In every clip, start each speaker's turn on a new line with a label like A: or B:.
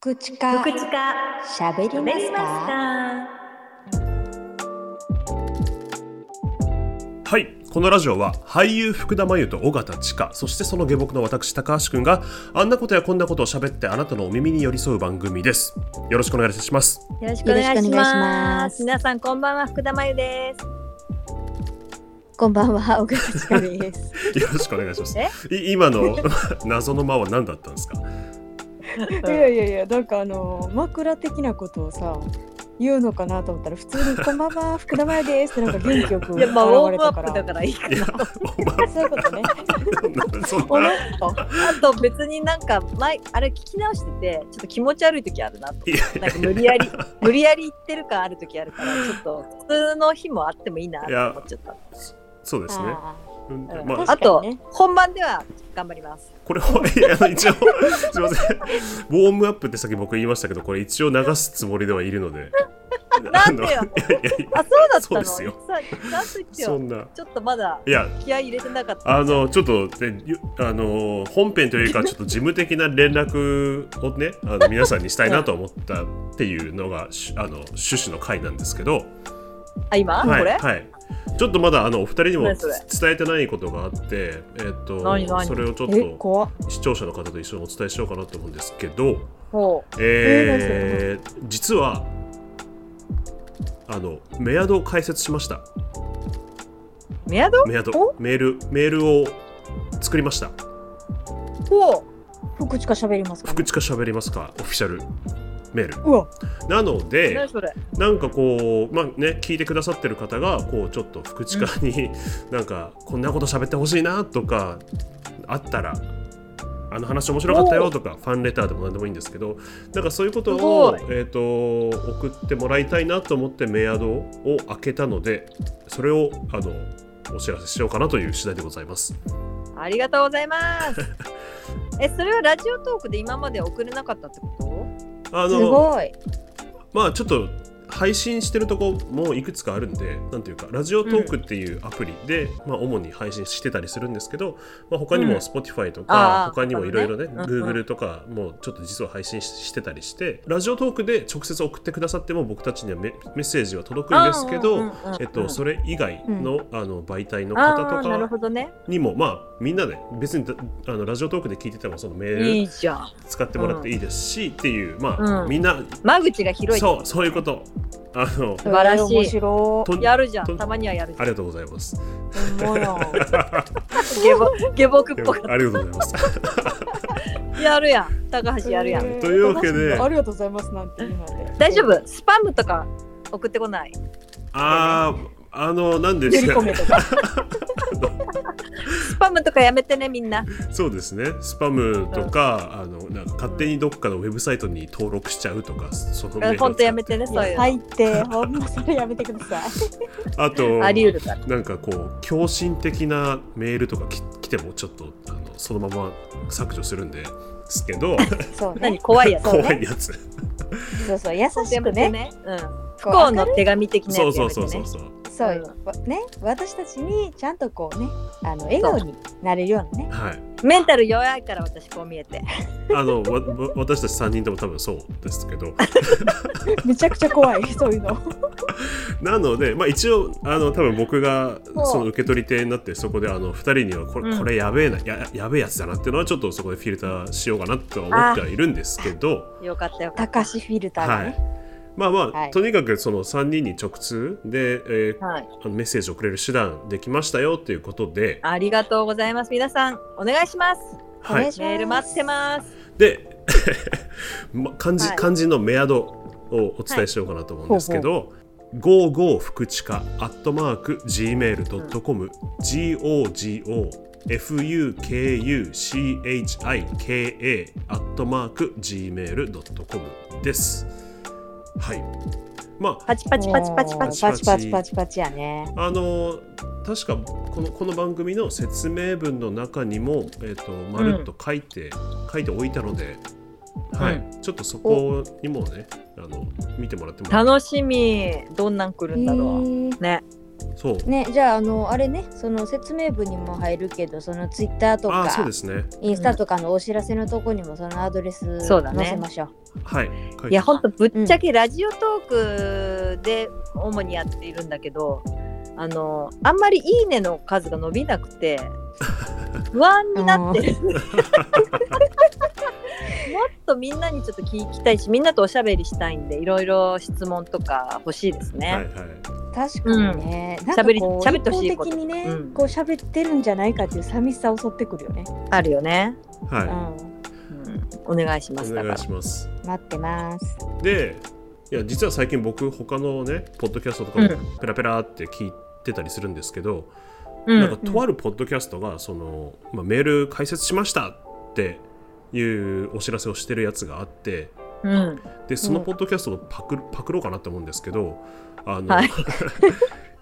A: 福地か
B: 福知か
A: しゃべり
B: 喋
A: ま
B: り
A: す
B: ま
A: か
C: はいこのラジオは俳優福田真由と尾形知香そしてその下僕の私高橋くんがあんなことやこんなことを喋ってあなたのお耳に寄り添う番組ですよろしくお願いいた します
B: したよろしくお願いし
A: よろしくお願
B: ま
A: いしますす
B: 皆さんこんばんは福田真由です
A: こんばんは小倉千 佳です
C: よろしくお願いします
B: え
C: い今の 謎の間は何だったんですか
D: いやいやいや、なんかあの枕的なことをさ。言うのかなと思ったら普通に「こんばんは福田麻也です」ってなんか元気よく
B: いや
D: 現
B: まあウォー
D: れ
B: ムア
D: た
B: ッ
D: か
B: プだ
D: ら
B: からいいか
C: いやお前
D: そういうこと ね
C: そん
D: お
C: な
D: のっと
B: あと別になんか前あれ聞き直しててちょっと気持ち悪い時あるなと
C: いや
B: なんか無理やり無理やり言ってる感ある時あるからちょっと普通の日もあってもいいなと思っちゃった
C: そうですね
D: あ
C: うん
B: うん
C: まあ
D: 確
B: あと
D: かにね
B: 本番では頑張ります
C: これはいやあの一応すいませんウォームアップってさっき僕言いましたけどこれ一応流すつもりではいるので
B: なんでよ
C: あのいやいやい
B: あ
C: や
B: そうだった
C: そう
B: の
C: ですよ
B: さなんと言って
C: そ
B: よ
C: んな
B: ちょっとまだ
C: いや
B: 気合い入れてなかった
C: あのちょっと、ね、ゆあの本編というかちょっと事務的な連絡をねあの皆さんにしたいなと思ったっていうのがしあの趣旨の回なんですけど、
B: あ今、
C: はい
B: これ、
C: はい、ちょっとまだあのお二人にも
B: 何それ
C: 伝えてないことがあって、えっと
B: 何何
C: それをちょっ
D: え
C: と
D: 怖っ
C: 視聴者の方と一緒にお伝えしようかなと思うんですけど、
B: ほ
C: えー実はあのメアドを開設しました
B: うメアド
C: メアド
D: お
C: メールメールを作りました
B: ほう
D: 福地か喋りますか、
C: 福知か喋りますかオフィシャルメール
D: うわ
C: なので
B: 何それ
C: なんかこうまあね聞いてくださってる方がこうちょっと福知かに、なんかこんなこと喋ってほしいなとかあったらあの話面白かったよとかファンレターでも何でもいいんですけどなんかそういうことを
B: す、
C: えー、と送ってもらいたいなと思ってメアドを開けたのでそれをあのお知らせしようかなという次第でございます。
B: ありがとうござい ますえそれはラジオトークで今まで送れなかったってこ
C: あ
D: す
C: の
D: ごい
C: まあちょっと配信してるとこもいくつかあるんでなんていうかラジオトークっていうアプリで、まあ、主に配信してたりするんですけど、まあ、他に
B: う
C: も
B: ん
C: Spotify と
B: あ
C: か、
B: あ
C: 他にもいろいろね
B: 他のねうんうん
C: Google とかもうちょっと実は配信ししてたりしてラジオトークで直接送ってくださっても僕たちにはメメッセージは届くん
B: と
C: ですけど、
B: うんうんうんうん
C: えっと、それ以外の,、あの媒体の方
B: あー
C: と
B: なるほ
C: か
B: どね
C: にもまあみんなで別にだあのラジオトークで聞いててもそのメー
B: い
C: ル
B: いじゃん
C: 使ってもらっていいですし、っていうまあ、
B: うん
C: みんな
B: 間口が広い
C: そうそういうことあの
B: 晴らしい
D: 面白い
C: と
B: やるじゃ
C: と
B: んたまにはやるじゃん
C: ありがとうございます
D: ほんまや
B: 下 僕下僕っ
C: で
B: ぽ
C: も
B: かっ
C: ありがとうございま す
B: たやるやん高橋やるやん
D: えー
C: というわけで
D: ありがとうございますなんて言うなんて
B: 大丈夫スパムとか送ってこない
C: あーあの何で
D: ゆ
C: す
D: り
C: か
D: 込めとか
B: スパムとかやめてねみんな
C: そうですねスパムとかあのなんか勝手にどっかのウェブサイトに登録しちゃうとかそのメールを使って
B: 本当やめてねそういうの
D: 入ってほんまそれやめてください
C: あと
B: あり得るから
C: なんかこう狂信的なメールとかき来てもちょっとあのそのまま削除するんですけど
D: そう
B: 何
D: ね
B: 怖いやつ
C: 怖いやつ
D: そうそう優しくね
B: うん不
D: こう
B: 幸の手紙的な
C: そ
B: や
C: う
B: つ
C: そ
B: や
C: う
B: めてね
C: そうそうそう
D: そうよ、わね私たちにちゃんとこうねあの笑顔になれるようなね
C: はい
B: メンタル弱いから私こう見えて
C: あのわわ私たち3人とも多分そうですけど
D: めちゃくちゃ怖いそういうの
C: なので、まあ、一応あの多分僕が
B: そう
C: その受け取り手になってそこであの2人にはこれ,、
B: うん
C: これやべえなややべえやつだなっていうのはちょっとそこでフィルターしようかなとは思ってはいるんですけど、
B: よかったよかった
D: 高橋フィルターが
C: は
D: ね、
C: い、まあまあ、
D: はい
C: とにかくその3人に直通で、えー
B: はい、
C: あのメッセージをくれる手段できましたよということで、
B: ありがとうございます皆さんお願いします
C: は
D: お願
C: い
D: い、します
B: メール待ってます
C: で ま漢字
B: はい
C: 漢字のメアドをお伝えしようかなと思うんですけど、55福知かアットマーク gmail.com、gogo fukuchika アットマーク gmail.com です。はい。まあ、
B: パチパチパチパチパチ
C: チパ
D: パ
C: チ
D: チ
C: パ
D: パ
C: チ
D: チ
C: パ
D: パ
C: チ
D: チパチやね
C: あの確かこのこの番組の説明文の中にも、えー、とまるっと書いて、書いておいたので、はいちょっとそこにもねあの見てもらっても
B: 楽しみどんなん来るんだろう、ね
C: そう。
A: ね、じゃあ、あの、あれね、その説明文にも入るけど、そのツイッターと
C: ああ、そう
A: か
C: で、すね。
A: インスタとかのお知らせのとこにもそのアドレス
B: そうだ
A: 載
B: ね
A: せましょう。
C: はい。書い
B: い
C: て
B: やほんとぶっちゃけラジオトークで主にやっているんだけど、あのあんまり「いいね」の数が伸びなく て不安になってる もっとみんなにちょっと聞きたいしみんなとおしゃべりしたいんでいろいろ質問とか欲しいですね。
C: はいは
A: 確かにね、なんか
B: 喋り
A: こう
B: 喋ってほしい
A: 一方
B: こと
A: 的にね、
B: うん
A: こう喋ってるんじゃないかっていう寂しさを襲ってくるよね。
B: あるよね、
C: い。
A: う
C: は
A: ん、
B: うん、お願いしま
C: い。
B: す
C: お
B: だか
C: 願
B: ら
C: いします。
A: 待ってます。
C: で、いや、実は最近僕、他のね、ポッドキャストとか
B: う
C: も
B: ん
C: ペラペラって聞いてたりするんですけど、
B: う
C: なんか
B: ん
C: とあるポッドキャストがその、まあ、メール解説しましたっていうお知らせをしてるやつがあって
B: うん
C: でそのポッドキャストをパクパクろうかなと思うんですけどあの、
B: はい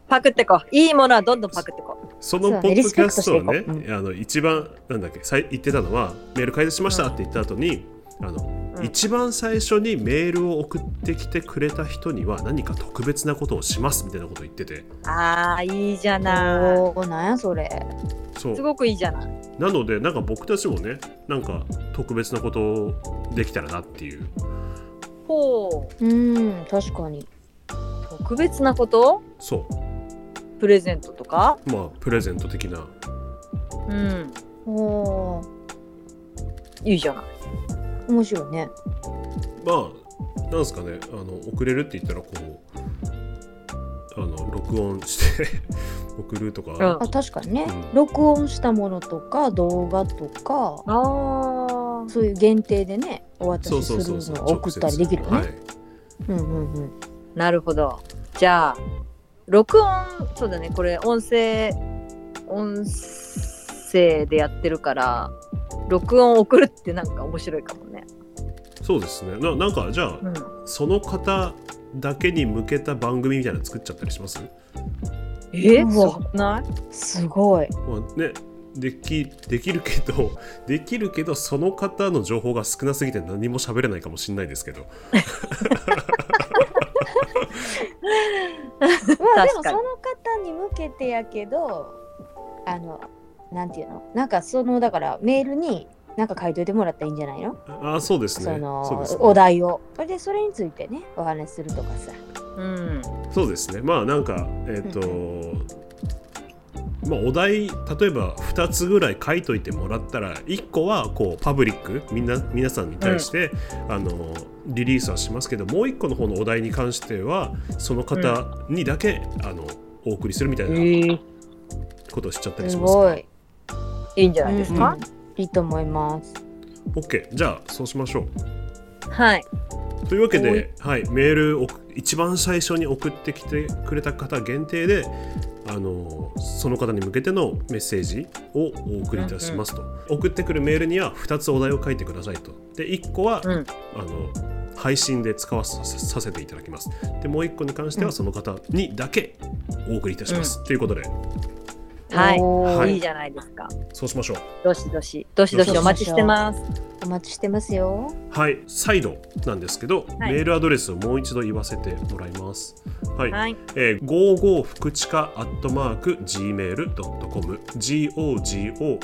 B: パクってこいいものはどんどんパクってこ
C: そ
A: そう
C: の
A: ね
C: ポッドキャストをね
A: リスペクトしていこう
C: あの一番なんだっけさい言ってたのはメール解説しましたって言った後に、あの
B: うん
C: 一番最初にメールを送ってきてくれた人には何か特別なことをしますみたいなことを言ってて
B: あーいいじゃない
A: おお、なんやそれ。
C: そう
B: すごくいいじゃない
C: なのでなんか僕たちもねなんか特別なことをできたらなっていう
B: ほう
A: うん、確かに。
B: 特別なこと
C: そう
B: プレゼントとか
C: まあプレゼント的な
B: うん
A: おお、
B: いいじゃない
A: 面白いね。
C: まあなんですかねあの送れるって言ったらこうあの録音して 送るとか、
A: あ、確かにね、
C: うん
A: 録音したものとか動画とか、
B: あー
A: そういう限定でね、お渡
C: そう
A: し
C: そう
A: す
C: そう
A: る
C: そう
A: のを送ったりできるよね。
C: 直接
A: うんうんうん。
B: なるほどじゃあ録音そうだねこれ音声音声でやってるから録音送るってなんか面白いかもね
C: はい、そうですねななんかじゃあ、
B: うん
C: その方だけに向けた番組みたいなの作っちゃったりします、
B: え
A: う
B: す
A: わ
B: ごくない
A: す ごい。
C: まあねできできるけど できるけどその方の情報が少なすぎて何も喋れないかもしれないですけど
A: まあでも
B: 確か
A: その方
B: に
A: に向けてやけどあのなんていうのなんかそのだからメールに何か書いといてもらったらいいんじゃないの
C: ああそうですね
A: その
C: そうですね
A: お題をそれでそれについてねお話しするとかさ
B: うん
C: そうですねまあなんかえっ、と、まあ、お題例えば2つぐらい書いといてもらったら1個はこうパブリックみんな皆さんに対して、あのリリースはしますけどもう1個の方のお題に関してはその方にだけ、あのお送りするみたい
B: え
C: な
B: ー、
C: ことをしちゃったり
A: す
C: しますか
A: ご
C: ら
A: い、
B: いいんじゃないですか、
A: いいと思います。
C: OK じゃあそうしましょう
B: はい
C: というわけで、はい、メールを一番最初に送ってきてくれた方限定であのその方に向けてのメッセージをお送りいたしますと、送ってくるメールには2つお題を書いてくださいとで1個は、
B: うん
C: あの配信で使わさせさせていただきますでもう1個に関して
A: う
C: は
A: ん
C: その方にだけお送りいたします、ということで
B: はい
A: おー
C: はい
B: いいじゃないですか
C: そうしましょう
B: どしどしどしどしお待ちしてます
A: お待ちしてますよ。
C: はい再度なんですけど、
B: はい
C: メールアドレスをもう一度言わせてもらいますはい、
B: はい
C: えー、55福地かアットマーク gmail.com gogofukuchika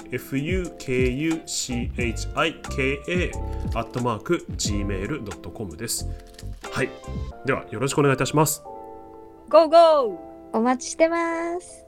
C: アットマーク gmail.com ですはいではよろしくお願いいたします
B: ゴーゴー
A: お待ちしてます。